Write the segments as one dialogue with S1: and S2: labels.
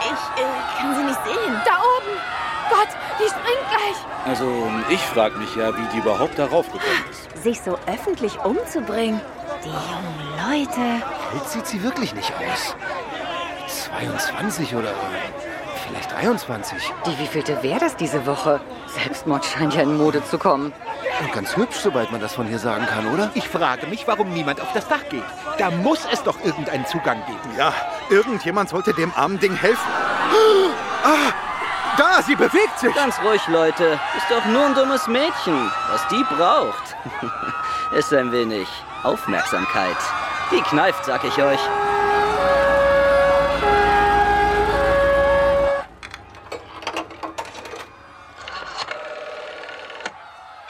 S1: Ich äh, kann sie nicht sehen.
S2: Da oben! Gott, die springt gleich!
S3: Also, ich frage mich ja, wie die überhaupt darauf gekommen ist.
S1: Sich so öffentlich umzubringen. Die jungen Leute.
S4: Alt sieht sie wirklich nicht aus. 22 oder vielleicht 23.
S5: Die wievielte wäre das diese Woche? Selbstmord scheint ja in Mode zu kommen.
S4: Und ganz hübsch, soweit man das von hier sagen kann, oder?
S6: Ich frage mich, warum niemand auf das Dach geht. Da muss es doch irgendeinen Zugang geben.
S7: Ja, irgendjemand sollte dem armen Ding helfen. Ah, da, sie bewegt sich.
S8: Ganz ruhig, Leute. Ist doch nur ein dummes Mädchen. Was die braucht, ist ein wenig Aufmerksamkeit. Die kneift, sag ich euch.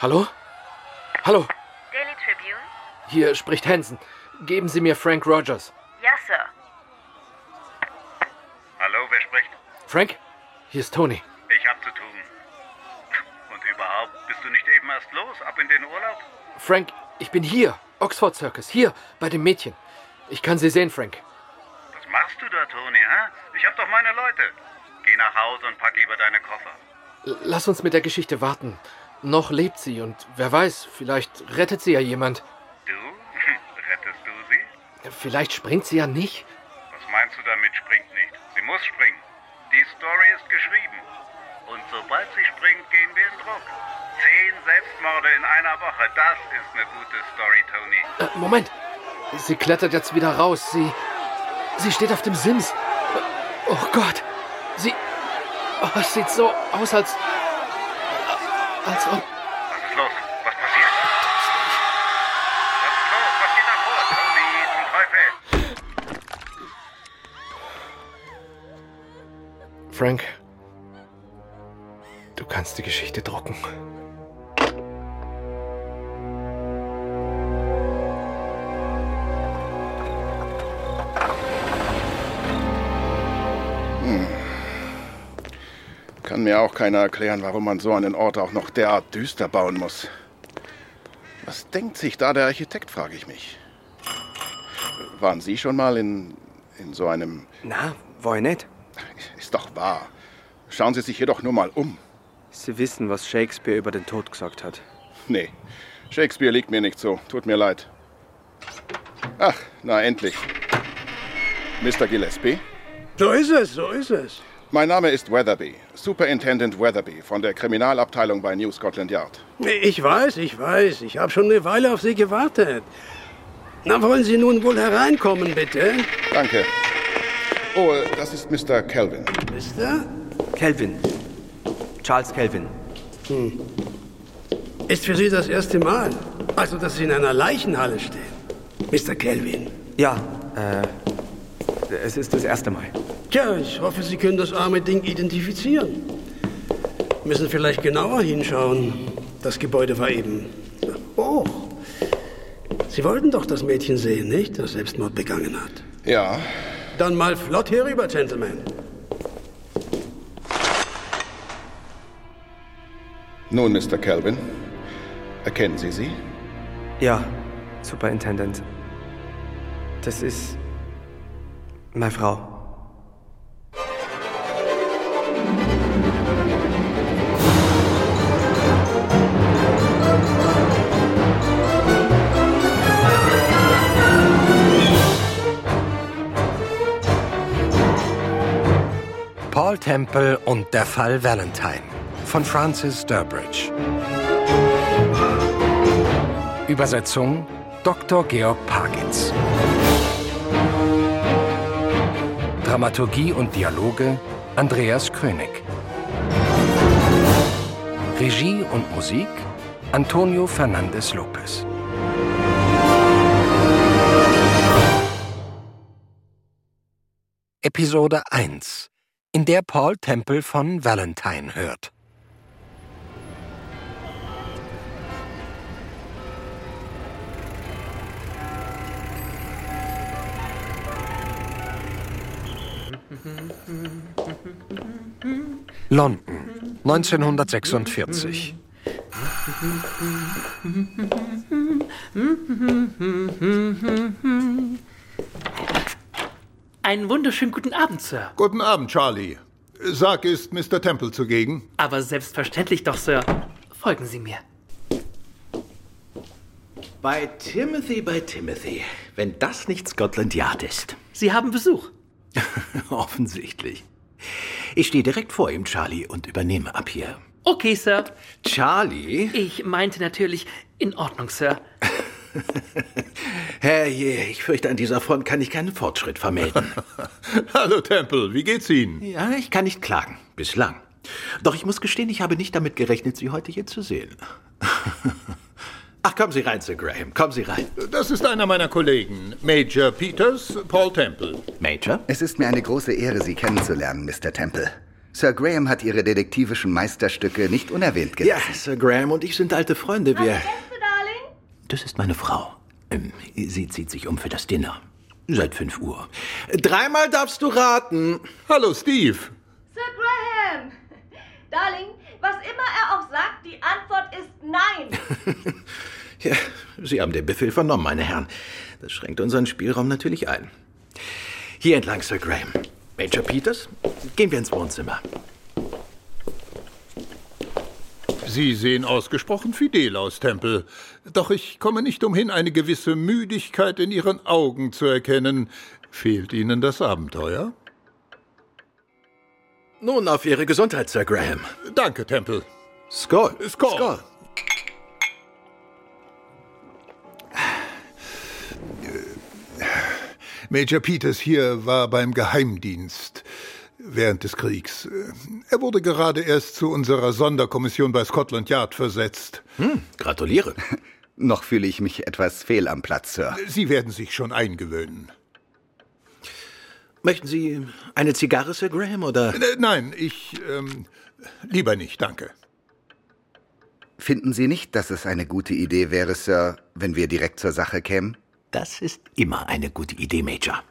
S9: Hallo? Hallo,
S10: Daily Tribune?
S9: hier spricht Hansen. Geben Sie mir Frank Rogers.
S10: Ja, Sir.
S11: Hallo, wer spricht?
S9: Frank? Hier ist Tony.
S11: Ich hab zu tun. Und überhaupt, bist du nicht eben erst los? Ab in den Urlaub?
S9: Frank, ich bin hier. Oxford Circus. Hier, bei dem Mädchen. Ich kann Sie sehen, Frank.
S11: Was machst du da, Toni, hä? Ich hab doch meine Leute. Geh nach Hause und pack lieber deine Koffer.
S9: L- Lass uns mit der Geschichte warten. Noch lebt sie und wer weiß, vielleicht rettet sie ja jemand.
S11: Du? Rettest du sie?
S9: Vielleicht springt sie ja nicht.
S11: Was meinst du damit, springt nicht? Sie muss springen. Die Story ist geschrieben. Und sobald sie springt, gehen wir in Druck. Zehn Selbstmorde in einer Woche, das ist eine gute Story, Tony.
S9: Äh, Moment. Sie klettert jetzt wieder raus. Sie. Sie steht auf dem Sims. Äh, Oh Gott. Sie. Oh, es sieht so aus, als. Als ob.
S11: Was ist los? Was passiert? Was ist los? Was geht da vor? Tony, zum Teufel!
S9: Frank. Du kannst die Geschichte drucken.
S12: Kann mir auch keiner erklären, warum man so einen Ort auch noch derart düster bauen muss. Was denkt sich da der Architekt, frage ich mich. Waren Sie schon mal in, in so einem...
S13: Na, why nicht?
S12: Ist doch wahr. Schauen Sie sich jedoch nur mal um.
S13: Sie wissen, was Shakespeare über den Tod gesagt hat.
S12: Nee, Shakespeare liegt mir nicht so. Tut mir leid. Ach, na endlich. Mr. Gillespie?
S14: So ist es, so ist es.
S12: Mein Name ist Weatherby, Superintendent Weatherby von der Kriminalabteilung bei New Scotland Yard.
S14: Ich weiß, ich weiß. Ich habe schon eine Weile auf Sie gewartet. Na, wollen Sie nun wohl hereinkommen, bitte?
S12: Danke. Oh, äh, das ist Mr. Kelvin.
S14: Mister?
S13: Kelvin. Charles Kelvin.
S14: Hm. Ist für Sie das erste Mal? Also, dass Sie in einer Leichenhalle stehen. Mr. Kelvin.
S13: Ja, äh, es ist das erste Mal.
S14: Tja, ich hoffe, Sie können das arme Ding identifizieren. Müssen vielleicht genauer hinschauen. Das Gebäude war eben. Oh! Sie wollten doch das Mädchen sehen, nicht? Das Selbstmord begangen hat.
S12: Ja.
S14: Dann mal flott herüber, Gentlemen.
S12: Nun, Mr. Kelvin, erkennen Sie sie?
S13: Ja, Superintendent. Das ist meine Frau.
S15: Paul Temple und der Fall Valentine von Francis Durbridge. Übersetzung Dr. Georg Pagitz. Dramaturgie und Dialoge Andreas König. Regie und Musik Antonio Fernandes Lopez. Episode 1, in der Paul Temple von Valentine hört. London, 1946.
S16: Einen wunderschönen guten Abend, Sir.
S17: Guten Abend, Charlie.
S10: Sag, ist Mr. Temple zugegen?
S16: Aber selbstverständlich doch, Sir. Folgen Sie mir.
S14: Bei Timothy, bei Timothy. Wenn das nicht Scotland Yard ist.
S16: Sie haben Besuch.
S14: Offensichtlich. Ich stehe direkt vor ihm, Charlie, und übernehme ab hier.
S16: Okay, Sir.
S14: Charlie?
S16: Ich meinte natürlich, in Ordnung, Sir.
S14: Herrje, ich fürchte, an dieser Front kann ich keinen Fortschritt vermelden.
S10: Hallo Temple, wie geht's Ihnen?
S14: Ja, ich kann nicht klagen. Bislang. Doch ich muss gestehen, ich habe nicht damit gerechnet, Sie heute hier zu sehen. Ach, kommen Sie rein, Sir Graham. Kommen Sie rein.
S10: Das ist einer meiner Kollegen, Major Peters, Paul Temple.
S14: Major?
S18: Es ist mir eine große Ehre, Sie kennenzulernen, Mr. Temple. Sir Graham hat Ihre detektivischen Meisterstücke nicht unerwähnt gelassen.
S14: Ja, Sir Graham und ich sind alte Freunde. Wir.
S1: Ah.
S2: Darling?
S14: Das ist meine Frau. Ähm, Sie zieht sich um für das Dinner. Seit 5 Uhr. Dreimal darfst du raten.
S10: Hallo, Steve.
S2: Sir Graham! Darling, was immer er auch sagt, die Antwort ist nein.
S14: Ja, Sie haben den Befehl vernommen, meine Herren. Das schränkt unseren Spielraum natürlich ein. Hier entlang, Sir Graham. Major Peters, gehen wir ins Wohnzimmer.
S10: Sie sehen ausgesprochen fidel aus, Temple. Doch ich komme nicht umhin, eine gewisse Müdigkeit in Ihren Augen zu erkennen. Fehlt Ihnen das Abenteuer?
S14: Nun auf Ihre Gesundheit, Sir Graham.
S10: Danke, Temple.
S14: Skoll.
S10: Skoll. Major Peters hier war beim Geheimdienst während des Kriegs. Er wurde gerade erst zu unserer Sonderkommission bei Scotland Yard versetzt.
S14: Hm, gratuliere.
S18: Noch fühle ich mich etwas fehl am Platz, Sir.
S10: Sie werden sich schon eingewöhnen.
S14: Möchten Sie eine Zigarre, Sir Graham, oder?
S10: Äh, Nein, ich. Ähm, lieber nicht, danke.
S18: Finden Sie nicht, dass es eine gute Idee wäre, Sir, wenn wir direkt zur Sache kämen?
S14: Das ist immer eine gute Idee, Major.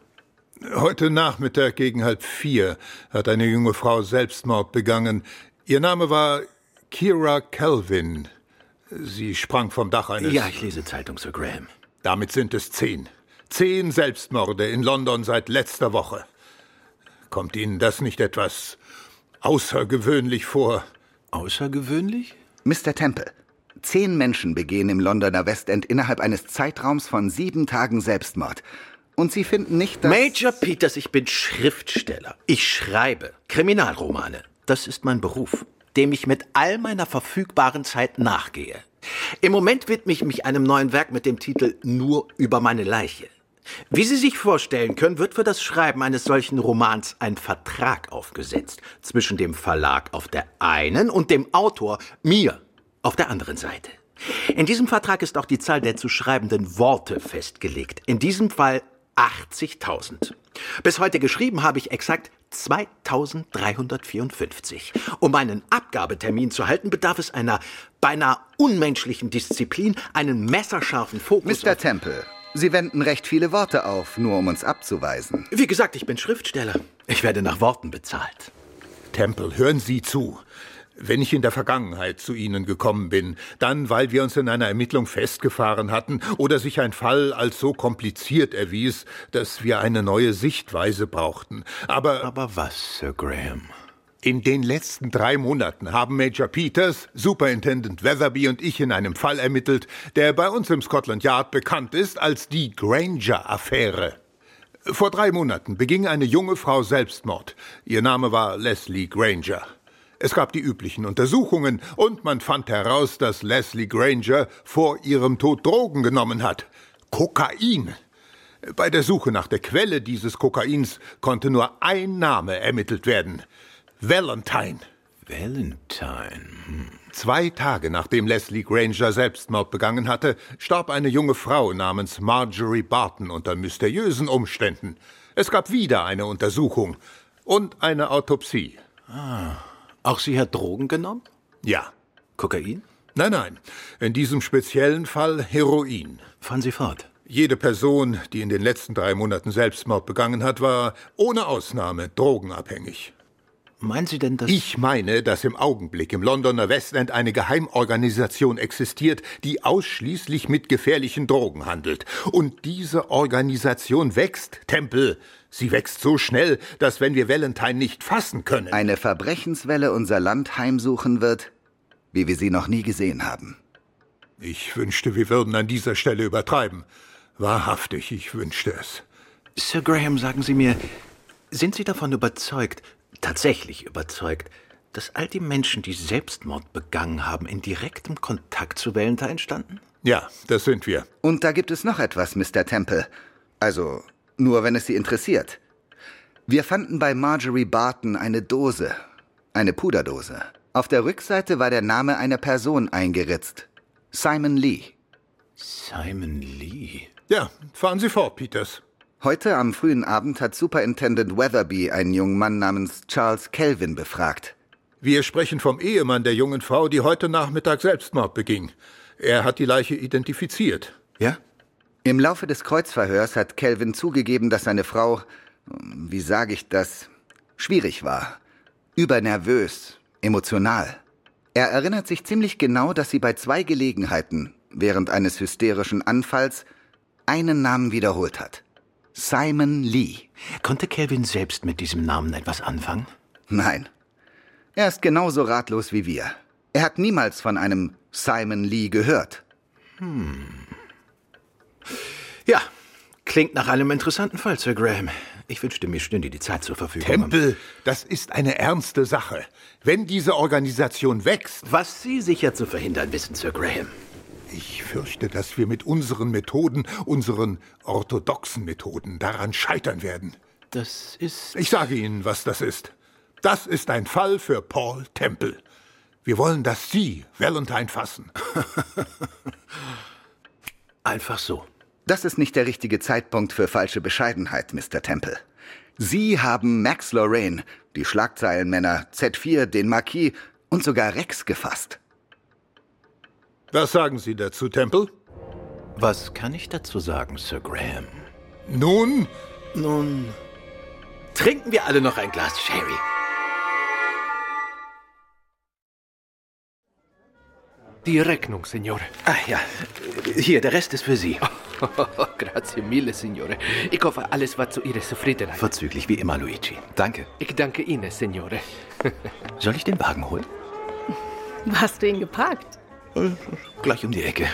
S10: Heute Nachmittag gegen halb vier hat eine junge Frau Selbstmord begangen. Ihr Name war Kira Calvin. Sie sprang vom Dach eines.
S14: Ja, ich lese Zeitung, Sir Graham.
S10: Damit sind es zehn. Zehn Selbstmorde in London seit letzter Woche. Kommt Ihnen das nicht etwas außergewöhnlich vor?
S14: Außergewöhnlich?
S18: Mr. Temple, zehn Menschen begehen im Londoner Westend innerhalb eines Zeitraums von sieben Tagen Selbstmord. Und Sie finden nicht, dass.
S14: Major Peters, ich bin Schriftsteller. Ich schreibe Kriminalromane. Das ist mein Beruf, dem ich mit all meiner verfügbaren Zeit nachgehe. Im Moment widme ich mich einem neuen Werk mit dem Titel Nur über meine Leiche. Wie Sie sich vorstellen können, wird für das Schreiben eines solchen Romans ein Vertrag aufgesetzt zwischen dem Verlag auf der einen und dem Autor, mir, auf der anderen Seite. In diesem Vertrag ist auch die Zahl der zu schreibenden Worte festgelegt. In diesem Fall 80.000. Bis heute geschrieben habe ich exakt 2354. Um einen Abgabetermin zu halten, bedarf es einer beinahe unmenschlichen Disziplin, einen messerscharfen Fokus.
S18: Mr. Temple, Sie wenden recht viele Worte auf, nur um uns abzuweisen.
S14: Wie gesagt, ich bin Schriftsteller. Ich werde nach Worten bezahlt.
S10: Temple, hören Sie zu. Wenn ich in der Vergangenheit zu Ihnen gekommen bin, dann weil wir uns in einer Ermittlung festgefahren hatten oder sich ein Fall als so kompliziert erwies, dass wir eine neue Sichtweise brauchten. Aber.
S14: Aber was, Sir Graham?
S10: In den letzten drei Monaten haben Major Peters, Superintendent Weatherby und ich in einem Fall ermittelt, der bei uns im Scotland Yard bekannt ist als die Granger-Affäre. Vor drei Monaten beging eine junge Frau Selbstmord. Ihr Name war Leslie Granger. Es gab die üblichen Untersuchungen und man fand heraus, dass Leslie Granger vor ihrem Tod Drogen genommen hat. Kokain. Bei der Suche nach der Quelle dieses Kokains konnte nur ein Name ermittelt werden. Valentine.
S14: Valentine. Hm.
S10: Zwei Tage nachdem Leslie Granger Selbstmord begangen hatte, starb eine junge Frau namens Marjorie Barton unter mysteriösen Umständen. Es gab wieder eine Untersuchung und eine Autopsie.
S14: Ah. Auch sie hat Drogen genommen?
S10: Ja.
S14: Kokain?
S10: Nein, nein. In diesem speziellen Fall Heroin.
S14: Fahren Sie fort.
S10: Jede Person, die in den letzten drei Monaten Selbstmord begangen hat, war ohne Ausnahme drogenabhängig.
S14: Meinen Sie denn, dass.
S10: Ich meine, dass im Augenblick im Londoner Westend eine Geheimorganisation existiert, die ausschließlich mit gefährlichen Drogen handelt. Und diese Organisation wächst, Tempel. Sie wächst so schnell, dass wenn wir Valentine nicht fassen können.
S9: Eine Verbrechenswelle unser Land heimsuchen wird, wie wir sie noch nie gesehen haben.
S10: Ich wünschte, wir würden an dieser Stelle übertreiben. Wahrhaftig, ich wünschte es.
S14: Sir Graham, sagen Sie mir, sind Sie davon überzeugt, tatsächlich überzeugt, dass all die Menschen, die Selbstmord begangen haben, in direktem Kontakt zu Valentine standen?
S10: Ja, das sind wir.
S9: Und da gibt es noch etwas, Mr. Temple. Also, nur wenn es Sie interessiert. Wir fanden bei Marjorie Barton eine Dose, eine Puderdose. Auf der Rückseite war der Name einer Person eingeritzt. Simon Lee.
S14: Simon Lee?
S10: Ja, fahren Sie fort, Peters.
S9: Heute am frühen Abend hat Superintendent Weatherby einen jungen Mann namens Charles Kelvin befragt.
S10: Wir sprechen vom Ehemann der jungen Frau, die heute Nachmittag Selbstmord beging. Er hat die Leiche identifiziert.
S9: Ja? Im Laufe des Kreuzverhörs hat Kelvin zugegeben, dass seine Frau, hm, wie sage ich das, schwierig war. Übernervös, emotional. Er erinnert sich ziemlich genau, dass sie bei zwei Gelegenheiten während eines hysterischen Anfalls einen Namen wiederholt hat. Simon Lee.
S14: Konnte Kelvin selbst mit diesem Namen etwas anfangen?
S9: Nein. Er ist genauso ratlos wie wir. Er hat niemals von einem Simon Lee gehört.
S14: Hm. Ja, klingt nach einem interessanten Fall, Sir Graham. Ich wünschte, mir stünde die Zeit zur Verfügung.
S10: Tempel, das ist eine ernste Sache. Wenn diese Organisation wächst.
S14: Was Sie sicher zu verhindern wissen, Sir Graham.
S10: Ich fürchte, dass wir mit unseren Methoden, unseren orthodoxen Methoden, daran scheitern werden.
S14: Das ist.
S10: Ich sage Ihnen, was das ist. Das ist ein Fall für Paul Temple. Wir wollen, dass Sie Valentine fassen.
S14: Einfach so.
S9: Das ist nicht der richtige Zeitpunkt für falsche Bescheidenheit, Mr. Temple. Sie haben Max Lorraine, die Schlagzeilenmänner Z4, den Marquis und sogar Rex gefasst.
S10: Was sagen Sie dazu, Temple?
S14: Was kann ich dazu sagen, Sir Graham?
S10: Nun?
S14: Nun. Trinken wir alle noch ein Glas Sherry.
S19: Die Rechnung, Signore.
S14: Ah ja, hier, der Rest ist für Sie.
S19: Oh, oh, oh, grazie mille, Signore. Ich hoffe, alles war zu Ihrer Zufriedenheit.
S14: Verzüglich wie immer, Luigi. Danke.
S19: Ich danke Ihnen, Signore.
S14: Soll ich den Wagen holen?
S1: Wo hast du ihn geparkt?
S14: Äh, gleich um die Ecke.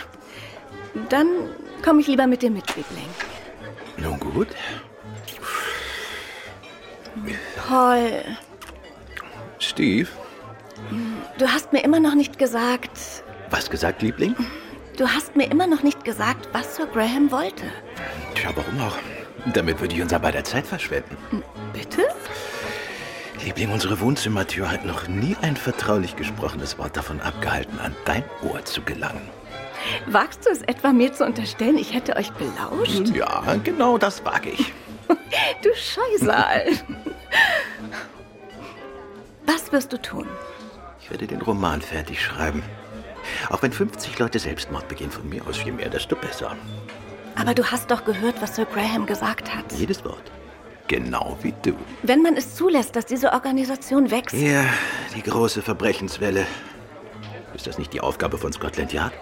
S1: Dann komme ich lieber mit dir mit, Liebling.
S14: Nun gut.
S1: Paul,
S14: Steve,
S1: du hast mir immer noch nicht gesagt,
S14: was gesagt, Liebling?
S1: Du hast mir immer noch nicht gesagt, was Sir Graham wollte.
S14: Tja, warum auch? Damit würde ich unser beider Zeit verschwenden.
S1: Bitte?
S14: Liebling, unsere Wohnzimmertür hat noch nie ein vertraulich gesprochenes Wort davon abgehalten, an dein Ohr zu gelangen.
S1: Wagst du es etwa mir zu unterstellen, ich hätte euch belauscht?
S14: Ja, genau das wage ich.
S1: Du Scheusal. was wirst du tun?
S14: Ich werde den Roman fertig schreiben. Auch wenn 50 Leute Selbstmord begehen, von mir aus, je mehr, desto besser.
S1: Aber du hast doch gehört, was Sir Graham gesagt hat.
S14: Jedes Wort. Genau wie du.
S1: Wenn man es zulässt, dass diese Organisation wächst.
S14: Ja, die große Verbrechenswelle. Ist das nicht die Aufgabe von Scotland Yard?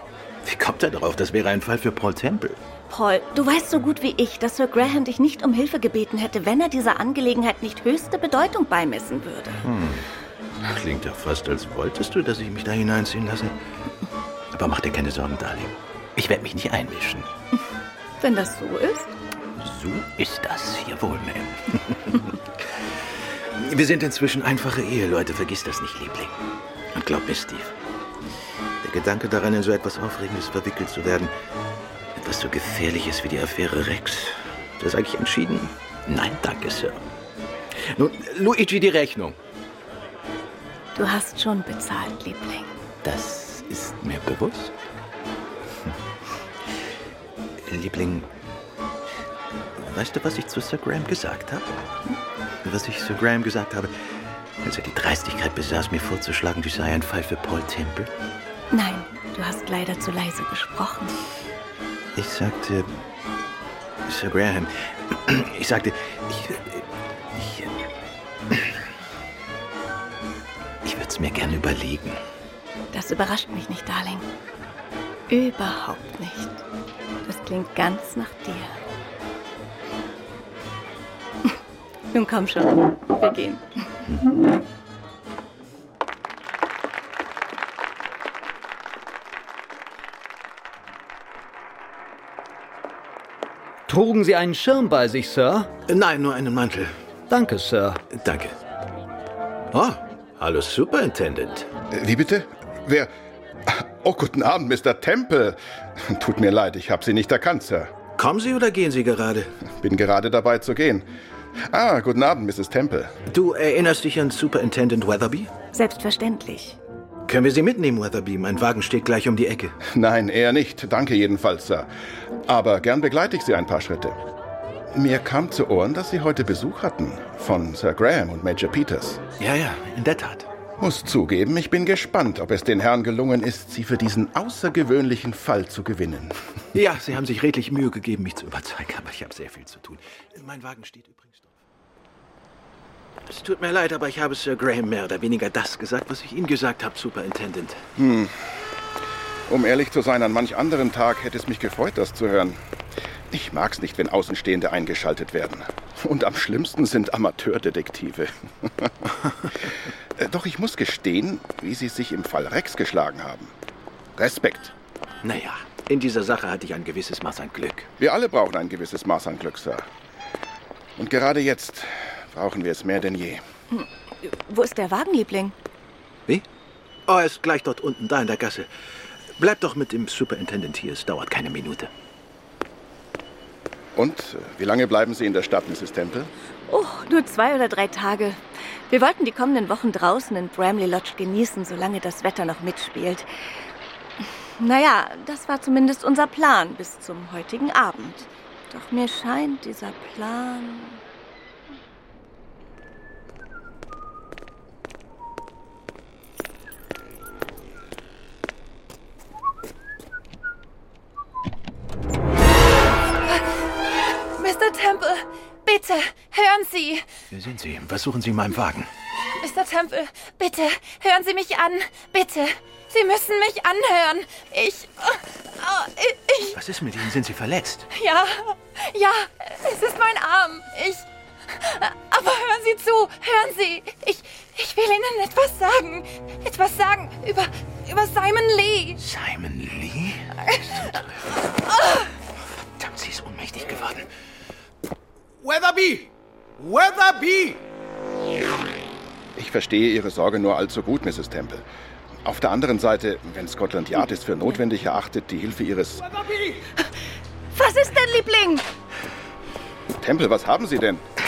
S14: Wie kommt er darauf? Das wäre ein Fall für Paul Temple.
S1: Paul, du weißt so gut wie ich, dass Sir Graham dich nicht um Hilfe gebeten hätte, wenn er dieser Angelegenheit nicht höchste Bedeutung beimessen würde.
S14: Hm. Klingt ja fast, als wolltest du, dass ich mich da hineinziehen lasse. Aber mach dir keine Sorgen, Darling. Ich werde mich nicht einmischen.
S1: Wenn das so ist.
S14: So ist das. Jawohl, Ma'am. Wir sind inzwischen einfache Eheleute. Vergiss das nicht, Liebling. Und glaub mir, Steve. Der Gedanke daran, in so etwas Aufregendes verwickelt zu werden, etwas so Gefährliches wie die Affäre Rex, da sage ich entschieden: Nein, danke, Sir. Nun, Luigi, die Rechnung.
S1: Du hast schon bezahlt, Liebling.
S14: Das ist mir bewusst. Hm. Liebling, weißt du, was ich zu Sir Graham gesagt habe? Hm? Was ich Sir Graham gesagt habe, als er die Dreistigkeit besaß, mir vorzuschlagen, du sei ein Fall für Paul Temple?
S1: Nein, du hast leider zu leise gesprochen.
S14: Ich sagte, Sir Graham, ich sagte, ich, ich, ich würde es mir gern überlegen.
S1: Das überrascht mich nicht, Darling. Überhaupt nicht. Das klingt ganz nach dir. Nun komm schon, wir gehen.
S8: Trugen Sie einen Schirm bei sich, Sir?
S14: Nein, nur einen Mantel.
S8: Danke, Sir.
S14: Danke. Oh, hallo Superintendent.
S12: Äh, Wie bitte? Wer? Oh, guten Abend, Mr. Temple. Tut mir leid, ich habe Sie nicht erkannt, Sir.
S14: Kommen Sie oder gehen Sie gerade?
S12: Bin gerade dabei zu gehen. Ah, guten Abend, Mrs. Temple.
S14: Du erinnerst dich an Superintendent Weatherby?
S1: Selbstverständlich.
S14: Können wir Sie mitnehmen, Weatherby? Mein Wagen steht gleich um die Ecke.
S12: Nein, eher nicht. Danke jedenfalls, Sir. Aber gern begleite ich Sie ein paar Schritte. Mir kam zu Ohren, dass Sie heute Besuch hatten von Sir Graham und Major Peters.
S14: Ja, ja, in der Tat.
S12: Muss zugeben, ich bin gespannt, ob es den Herren gelungen ist, Sie für diesen außergewöhnlichen Fall zu gewinnen.
S14: Ja, Sie haben sich redlich Mühe gegeben, mich zu überzeugen, aber ich habe sehr viel zu tun. Mein Wagen steht übrigens dort. Es tut mir leid, aber ich habe Sir Graham mehr oder weniger das gesagt, was ich ihm gesagt habe, Superintendent.
S12: Hm. Um ehrlich zu sein, an manch anderen Tag hätte es mich gefreut, das zu hören. Ich mag's nicht, wenn Außenstehende eingeschaltet werden. Und am schlimmsten sind Amateurdetektive. Äh, Doch ich muss gestehen, wie Sie sich im Fall Rex geschlagen haben. Respekt.
S14: Naja, in dieser Sache hatte ich ein gewisses Maß an Glück.
S12: Wir alle brauchen ein gewisses Maß an Glück, Sir. Und gerade jetzt brauchen wir es mehr denn je.
S1: Wo ist der Wagenliebling?
S14: Wie? Oh, er ist gleich dort unten, da in der Gasse. Bleib doch mit dem Superintendent hier, es dauert keine Minute.
S12: Und äh, wie lange bleiben Sie in der Stadt, Mrs. Temple?
S1: Oh, nur zwei oder drei Tage. Wir wollten die kommenden Wochen draußen in Bramley Lodge genießen, solange das Wetter noch mitspielt. Naja, das war zumindest unser Plan bis zum heutigen Abend. Doch mir scheint dieser Plan.
S20: Mr. Temple, bitte, hören Sie.
S14: Wer sind Sie? Was suchen Sie in meinem Wagen?
S20: Mr. Temple, bitte, hören Sie mich an. Bitte. Sie müssen mich anhören. Ich. oh, ich.
S14: Was ist mit Ihnen? Sind Sie verletzt?
S20: Ja, ja, es ist mein Arm. Ich. Aber hören Sie zu, hören Sie. Ich, ich will Ihnen etwas sagen. Etwas sagen über, über Simon Lee.
S14: Simon Lee? Verdammt, sie ist ohnmächtig geworden.
S6: Weatherby! Weatherby!
S12: Ich verstehe Ihre Sorge nur allzu gut, Mrs. Temple. Auf der anderen Seite, wenn Scotland Yard es für notwendig erachtet, die Hilfe Ihres... Weatherby!
S1: Was ist denn, Liebling?
S12: Temple, was haben Sie denn?
S14: Da,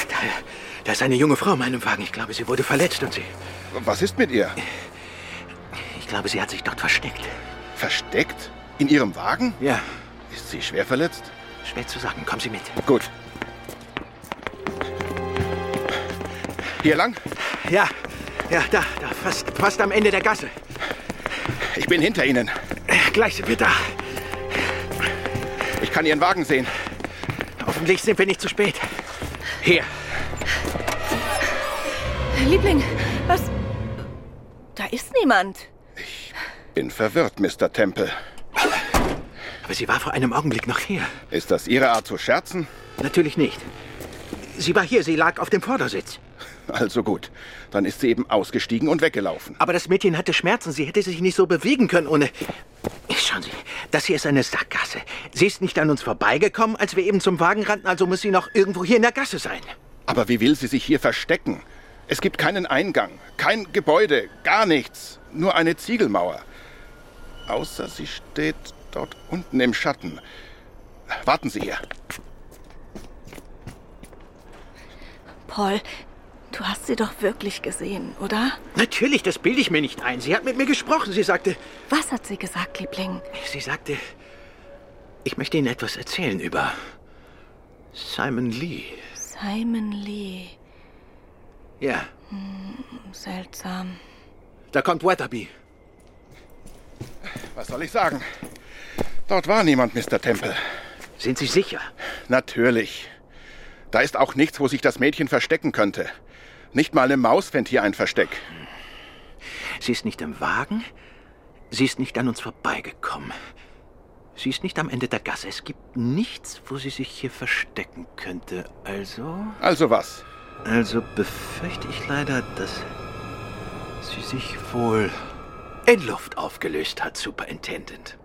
S14: da ist eine junge Frau in meinem Wagen. Ich glaube, sie wurde verletzt und sie...
S12: Was ist mit ihr?
S14: Ich glaube, sie hat sich dort versteckt.
S12: Versteckt? In Ihrem Wagen?
S14: Ja.
S12: Ist sie schwer verletzt?
S14: Schwer zu sagen. Kommen Sie mit.
S12: Gut. Hier lang?
S14: Ja, ja, da, da, fast, fast am Ende der Gasse.
S12: Ich bin hinter Ihnen.
S14: Gleich sind wir da.
S12: Ich kann Ihren Wagen sehen.
S14: Hoffentlich sind wir nicht zu spät. Hier.
S1: Liebling, was? Da ist niemand.
S12: Ich bin verwirrt, Mr. Temple.
S14: Aber sie war vor einem Augenblick noch hier.
S12: Ist das Ihre Art zu scherzen?
S14: Natürlich nicht. Sie war hier, sie lag auf dem Vordersitz.
S12: Also gut, dann ist sie eben ausgestiegen und weggelaufen.
S14: Aber das Mädchen hatte Schmerzen, sie hätte sich nicht so bewegen können ohne... Schauen Sie, das hier ist eine Sackgasse. Sie ist nicht an uns vorbeigekommen, als wir eben zum Wagen rannten, also muss sie noch irgendwo hier in der Gasse sein.
S12: Aber wie will sie sich hier verstecken? Es gibt keinen Eingang, kein Gebäude, gar nichts. Nur eine Ziegelmauer. Außer sie steht dort unten im Schatten. Warten Sie hier.
S1: Paul, du hast sie doch wirklich gesehen, oder?
S14: Natürlich, das bilde ich mir nicht ein. Sie hat mit mir gesprochen. Sie sagte.
S1: Was hat sie gesagt, Liebling?
S14: Sie sagte. Ich möchte Ihnen etwas erzählen über Simon Lee.
S1: Simon Lee.
S14: Ja.
S1: Hm, seltsam.
S14: Da kommt Weatherby.
S12: Was soll ich sagen? Dort war niemand, Mr. Temple.
S14: Sind Sie sicher?
S12: Natürlich. Da ist auch nichts, wo sich das Mädchen verstecken könnte. Nicht mal eine Maus fängt hier ein Versteck.
S14: Sie ist nicht im Wagen. Sie ist nicht an uns vorbeigekommen. Sie ist nicht am Ende der Gasse. Es gibt nichts, wo sie sich hier verstecken könnte. Also?
S12: Also was?
S14: Also befürchte ich leider, dass sie sich wohl in Luft aufgelöst hat, Superintendent.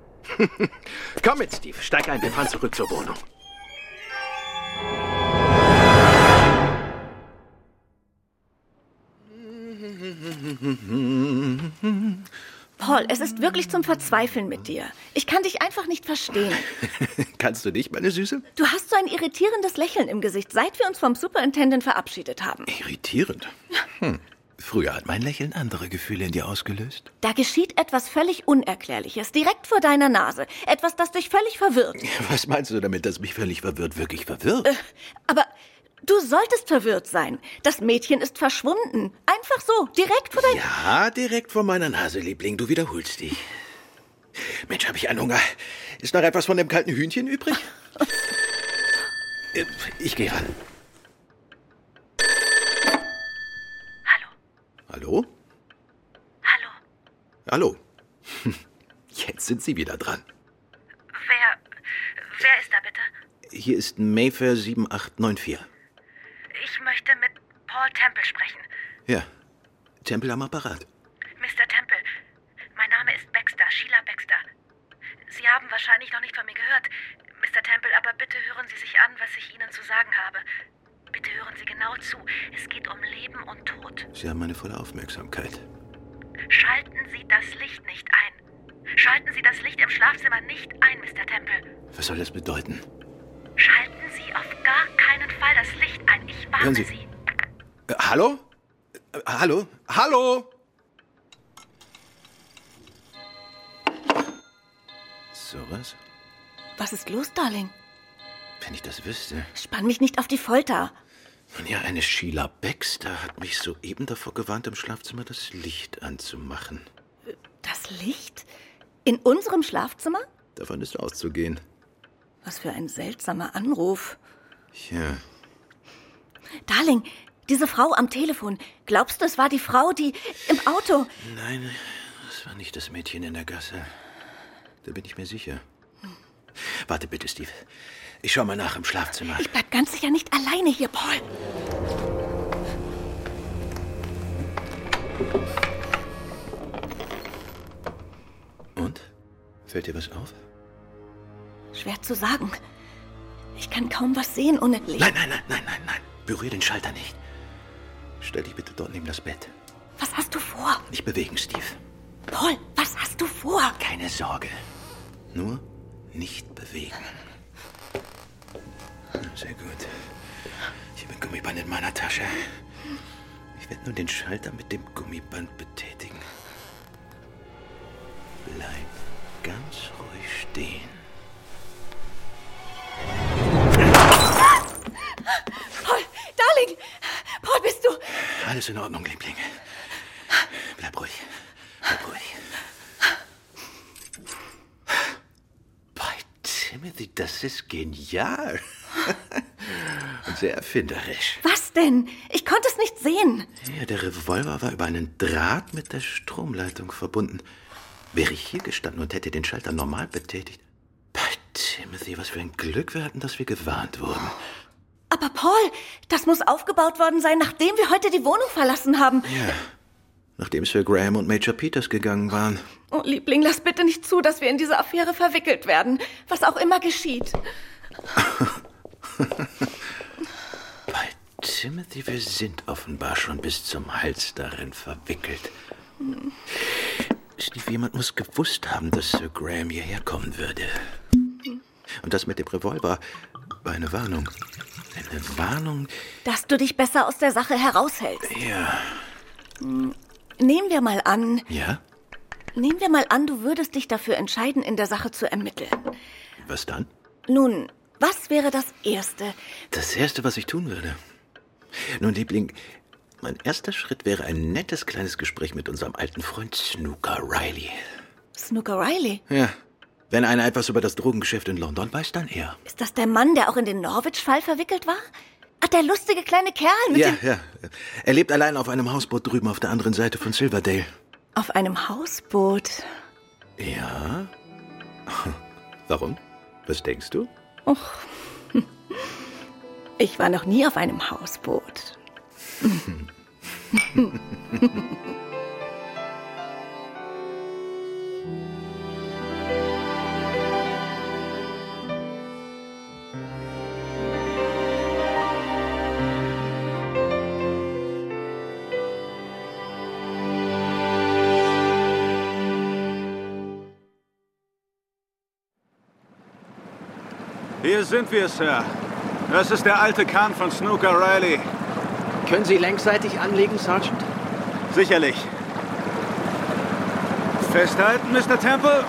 S14: Komm mit, Steve. Steig ein. Wir fahren zurück zur Wohnung.
S1: Paul, es ist wirklich zum Verzweifeln mit dir. Ich kann dich einfach nicht verstehen.
S14: Kannst du dich, meine Süße?
S1: Du hast so ein irritierendes Lächeln im Gesicht, seit wir uns vom Superintendent verabschiedet haben.
S14: Irritierend. Hm. Früher hat mein Lächeln andere Gefühle in dir ausgelöst.
S1: Da geschieht etwas völlig Unerklärliches, direkt vor deiner Nase. Etwas, das dich völlig verwirrt.
S14: Was meinst du damit, dass mich völlig verwirrt wirklich verwirrt?
S1: Äh, aber du solltest verwirrt sein. Das Mädchen ist verschwunden. Einfach so, direkt vor deiner...
S14: Ja, direkt vor meiner Nase, Liebling. Du wiederholst dich. Mensch, habe ich einen Hunger. Ist noch etwas von dem kalten Hühnchen übrig? Äh, ich gehe ran. Hallo?
S21: Hallo,
S14: Hallo. Jetzt sind Sie wieder dran.
S21: wer. Wer ist da bitte?
S14: Hier ist Mayfair 7894.
S21: Ich möchte mit Paul Temple sprechen.
S14: Ja. Tempel am Apparat.
S21: Mr. Temple, mein Name ist Baxter, Sheila Baxter. Sie haben wahrscheinlich noch nicht von mir gehört, Mr. Temple, aber bitte hören Sie sich an, was ich Ihnen zu sagen habe. Bitte hören Sie genau zu. Es geht um Leben und Tod.
S14: Sie haben meine volle Aufmerksamkeit.
S21: Schalten Sie das Licht nicht ein. Schalten Sie das Licht im Schlafzimmer nicht ein, Mr. Temple.
S14: Was soll das bedeuten?
S21: Schalten Sie auf gar keinen Fall das Licht ein. Ich warne
S14: Hören Sie. Äh, hallo? Äh, hallo? Hallo? So was?
S1: Was ist los, Darling?
S14: Wenn ich das wüsste.
S1: Spann mich nicht auf die Folter.
S14: Nun ja, eine Sheila Baxter hat mich soeben davor gewarnt, im Schlafzimmer das Licht anzumachen.
S1: Das Licht? In unserem Schlafzimmer?
S14: Davon ist auszugehen.
S1: Was für ein seltsamer Anruf.
S14: Ja.
S1: Darling, diese Frau am Telefon. Glaubst du, es war die Frau, die im Auto...
S14: Nein, das war nicht das Mädchen in der Gasse. Da bin ich mir sicher. Warte bitte, Steve. Ich schau mal nach im Schlafzimmer.
S1: Ich bleib ganz sicher nicht alleine hier, Paul.
S14: Und? Fällt dir was auf?
S1: Schwer zu sagen. Ich kann kaum was sehen ohne Licht.
S14: Nein, nein, nein, nein, nein, nein. Berühr den Schalter nicht. Stell dich bitte dort neben das Bett.
S1: Was hast du vor?
S14: Nicht bewegen, Steve.
S1: Paul, was hast du vor?
S14: Keine Sorge. Nur nicht bewegen. Sehr gut. Ich habe ein Gummiband in meiner Tasche. Ich werde nur den Schalter mit dem Gummiband betätigen. Bleib ganz ruhig stehen.
S1: Paul, Darling! Paul, bist du...
S14: Alles in Ordnung, Liebling. Bleib ruhig. Bleib ruhig. Bei Timothy, das ist genial. Und sehr erfinderisch.
S1: Was denn? Ich konnte es nicht sehen.
S14: Ja, der Revolver war über einen Draht mit der Stromleitung verbunden. Wäre ich hier gestanden und hätte den Schalter normal betätigt. Bei Timothy, was für ein Glück wir hatten, dass wir gewarnt wurden.
S1: Aber Paul, das muss aufgebaut worden sein, nachdem wir heute die Wohnung verlassen haben.
S14: Ja. Nachdem Sir Graham und Major Peters gegangen waren.
S1: Oh, Liebling, lass bitte nicht zu, dass wir in diese Affäre verwickelt werden. Was auch immer geschieht.
S14: Bei Timothy, wir sind offenbar schon bis zum Hals darin verwickelt. Steve, jemand muss gewusst haben, dass Sir Graham hierher kommen würde. Und das mit dem Revolver war eine Warnung. Eine Warnung?
S1: Dass du dich besser aus der Sache heraushältst. Hm,
S14: Ja.
S1: Nehmen wir mal an,
S14: Ja?
S1: nehmen wir mal an, du würdest dich dafür entscheiden, in der Sache zu ermitteln.
S14: Was dann?
S1: Nun, was wäre das Erste?
S14: Das Erste, was ich tun würde. Nun, Liebling, mein erster Schritt wäre ein nettes kleines Gespräch mit unserem alten Freund Snooker Riley.
S1: Snooker Riley?
S14: Ja. Wenn einer etwas über das Drogengeschäft in London weiß, dann er.
S1: Ist das der Mann, der auch in den Norwich-Fall verwickelt war? Ach, der lustige kleine Kerl mit
S14: Ja,
S1: dem...
S14: ja. Er lebt allein auf einem Hausboot drüben auf der anderen Seite von Silverdale.
S1: Auf einem Hausboot.
S14: Ja? Warum? Was denkst du?
S1: Och. Ich war noch nie auf einem Hausboot.
S12: Hier sind wir, Sir. Das ist der alte Kahn von Snooker Riley.
S14: Können Sie längsseitig anlegen, Sergeant?
S12: Sicherlich. Festhalten, Mr. Temple?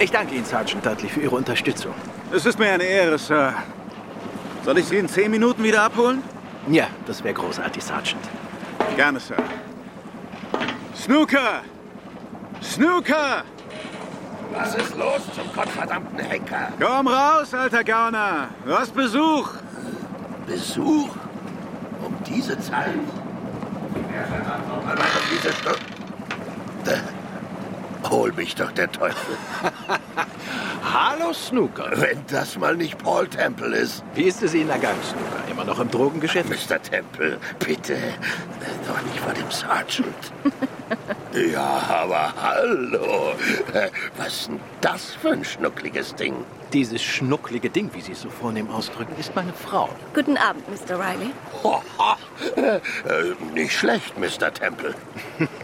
S14: Ich danke Ihnen, Sergeant Dudley, für Ihre Unterstützung.
S12: Es ist mir eine Ehre, Sir. Soll ich Sie in zehn Minuten wieder abholen?
S14: Ja, das wäre großartig, Sergeant.
S12: Gerne, Sir. Snooker! Snooker!
S9: Was ist los zum gottverdammten Henker?
S12: Komm raus, alter Gauner! Du hast Besuch!
S9: Besuch? Um diese Zeit? Wer verdammt nochmal was um diese Stunde? Äh, Hol mich doch der Teufel.
S14: Hallo, Snooker.
S9: Wenn das mal nicht Paul Temple ist.
S14: Wie ist es Ihnen ergangen, Snooker? Immer noch im Drogengeschäft?
S9: Mr. Temple, bitte. Äh, Doch nicht vor dem Sergeant. ja, aber hallo. Äh, Was ist denn das für ein schnuckliges Ding?
S14: Dieses schnucklige Ding, wie Sie es so vornehm ausdrücken, ist meine Frau.
S1: Guten Abend, Mr. Riley.
S9: Hoho. Äh, äh, Nicht schlecht, Mr. Temple.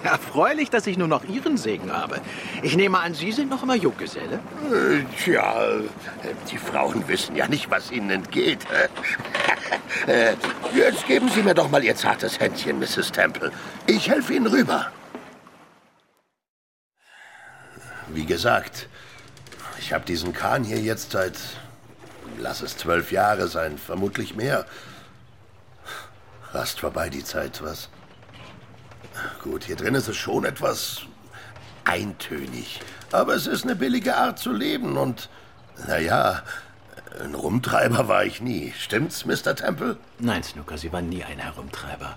S14: Erfreulich, dass ich nur noch Ihren Segen habe. Ich nehme an, Sie sind noch immer Junggeselle?
S9: Äh, Tja, äh, die Frauen wissen ja nicht, was ihnen entgeht. Äh, Jetzt geben Sie mir doch mal Ihr zartes Händchen, Mrs. Temple. Ich helfe Ihnen rüber. Wie gesagt, ich habe diesen Kahn hier jetzt seit, lass es zwölf Jahre sein, vermutlich mehr. Rast vorbei die Zeit, was? Gut, hier drin ist es schon etwas eintönig. Aber es ist eine billige Art zu leben und, naja, ein Rumtreiber war ich nie. Stimmt's, Mr. Temple?
S14: Nein, Snooker, Sie waren nie ein Herumtreiber.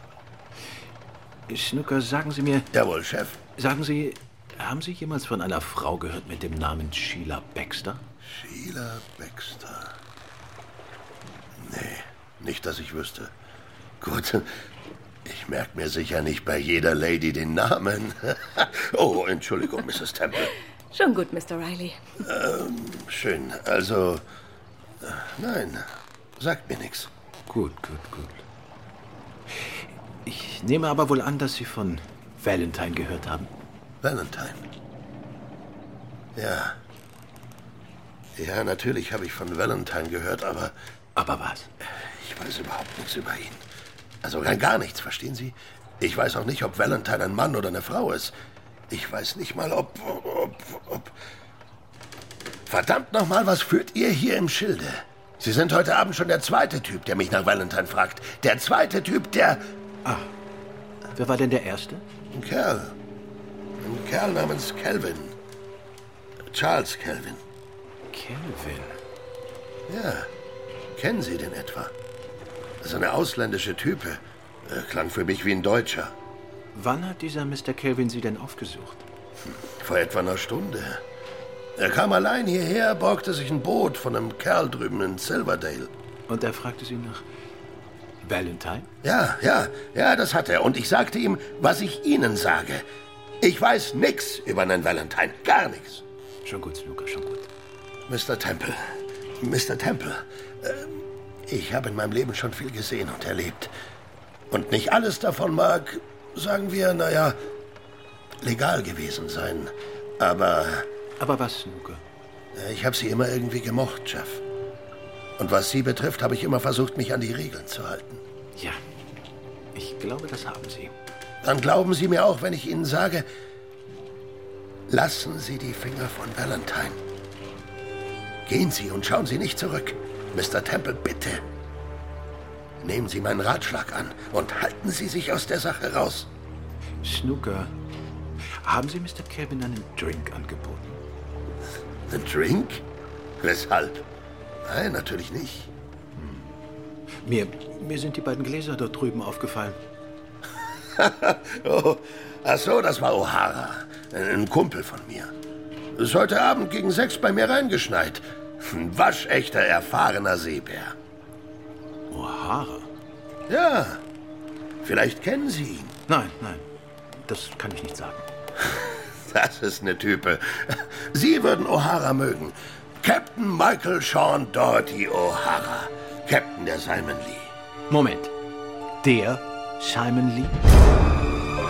S14: Snooker, sagen Sie mir.
S9: Jawohl, Chef.
S14: Sagen Sie, haben Sie jemals von einer Frau gehört mit dem Namen Sheila Baxter?
S9: Sheila Baxter. Nee, nicht, dass ich wüsste. Gut, ich merke mir sicher nicht bei jeder Lady den Namen. oh, Entschuldigung, Mrs. Temple.
S1: Schon gut, Mr. Riley.
S9: Ähm, schön, also. äh, Nein, sagt mir nichts.
S14: Gut, gut, gut. Ich nehme aber wohl an, dass Sie von Valentine gehört haben.
S9: Valentine. Ja. Ja, natürlich habe ich von Valentine gehört, aber.
S14: Aber was?
S9: Ich weiß überhaupt nichts über ihn. Also rein gar nichts, verstehen Sie? Ich weiß auch nicht, ob Valentine ein Mann oder eine Frau ist. Ich weiß nicht mal, ob. ob, ob Verdammt nochmal, was führt ihr hier im Schilde? Sie sind heute Abend schon der zweite Typ, der mich nach Valentine fragt. Der zweite Typ, der.
S14: Ah. Wer war denn der Erste?
S9: Ein Kerl. Ein Kerl namens Calvin. Charles Calvin.
S14: Calvin?
S9: Ja. Kennen Sie den etwa? So eine ausländische Type. Äh, Klang für mich wie ein Deutscher.
S14: Wann hat dieser Mr. Calvin Sie denn aufgesucht?
S9: Vor etwa einer Stunde. Er kam allein hierher, borgte sich ein Boot von einem Kerl drüben in Silverdale.
S14: Und er fragte Sie nach Valentine?
S9: Ja, ja, ja, das hat er. Und ich sagte ihm, was ich Ihnen sage. Ich weiß nichts über einen Valentine. Gar nichts.
S14: Schon gut, Snooker, schon gut.
S9: Mr. Temple, Mr. Temple, ähm, ich habe in meinem Leben schon viel gesehen und erlebt. Und nicht alles davon mag, sagen wir, naja, legal gewesen sein. Aber
S14: Aber was, Snooker?
S9: Äh, ich habe sie immer irgendwie gemocht, Jeff. Und was sie betrifft, habe ich immer versucht, mich an die Regeln zu halten.
S14: Ja, ich glaube, das haben Sie.
S9: Dann glauben Sie mir auch, wenn ich Ihnen sage, lassen Sie die Finger von Valentine. Gehen Sie und schauen Sie nicht zurück. Mr. Temple, bitte. Nehmen Sie meinen Ratschlag an und halten Sie sich aus der Sache raus.
S14: Snooker, haben Sie Mr. Calvin einen Drink angeboten?
S9: Ein Drink? Weshalb? Nein, natürlich nicht.
S14: Mir, mir sind die beiden Gläser dort drüben aufgefallen.
S9: oh, ach so, das war O'Hara, ein Kumpel von mir. Ist heute Abend gegen sechs bei mir reingeschneit. Ein waschechter, erfahrener Seebär.
S14: O'Hara?
S9: Ja. Vielleicht kennen Sie ihn.
S14: Nein, nein. Das kann ich nicht sagen.
S9: Das ist eine Type. Sie würden O'Hara mögen. Captain Michael Sean Doherty O'Hara. Captain der Simon Lee.
S14: Moment. Der Simon Lee?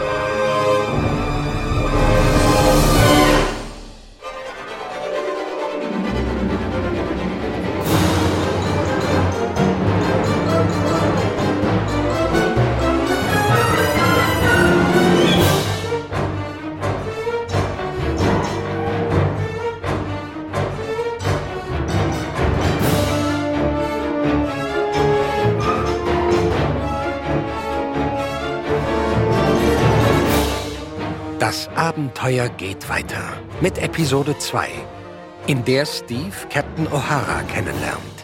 S15: Das Abenteuer geht weiter mit Episode 2, in der Steve Captain O'Hara kennenlernt.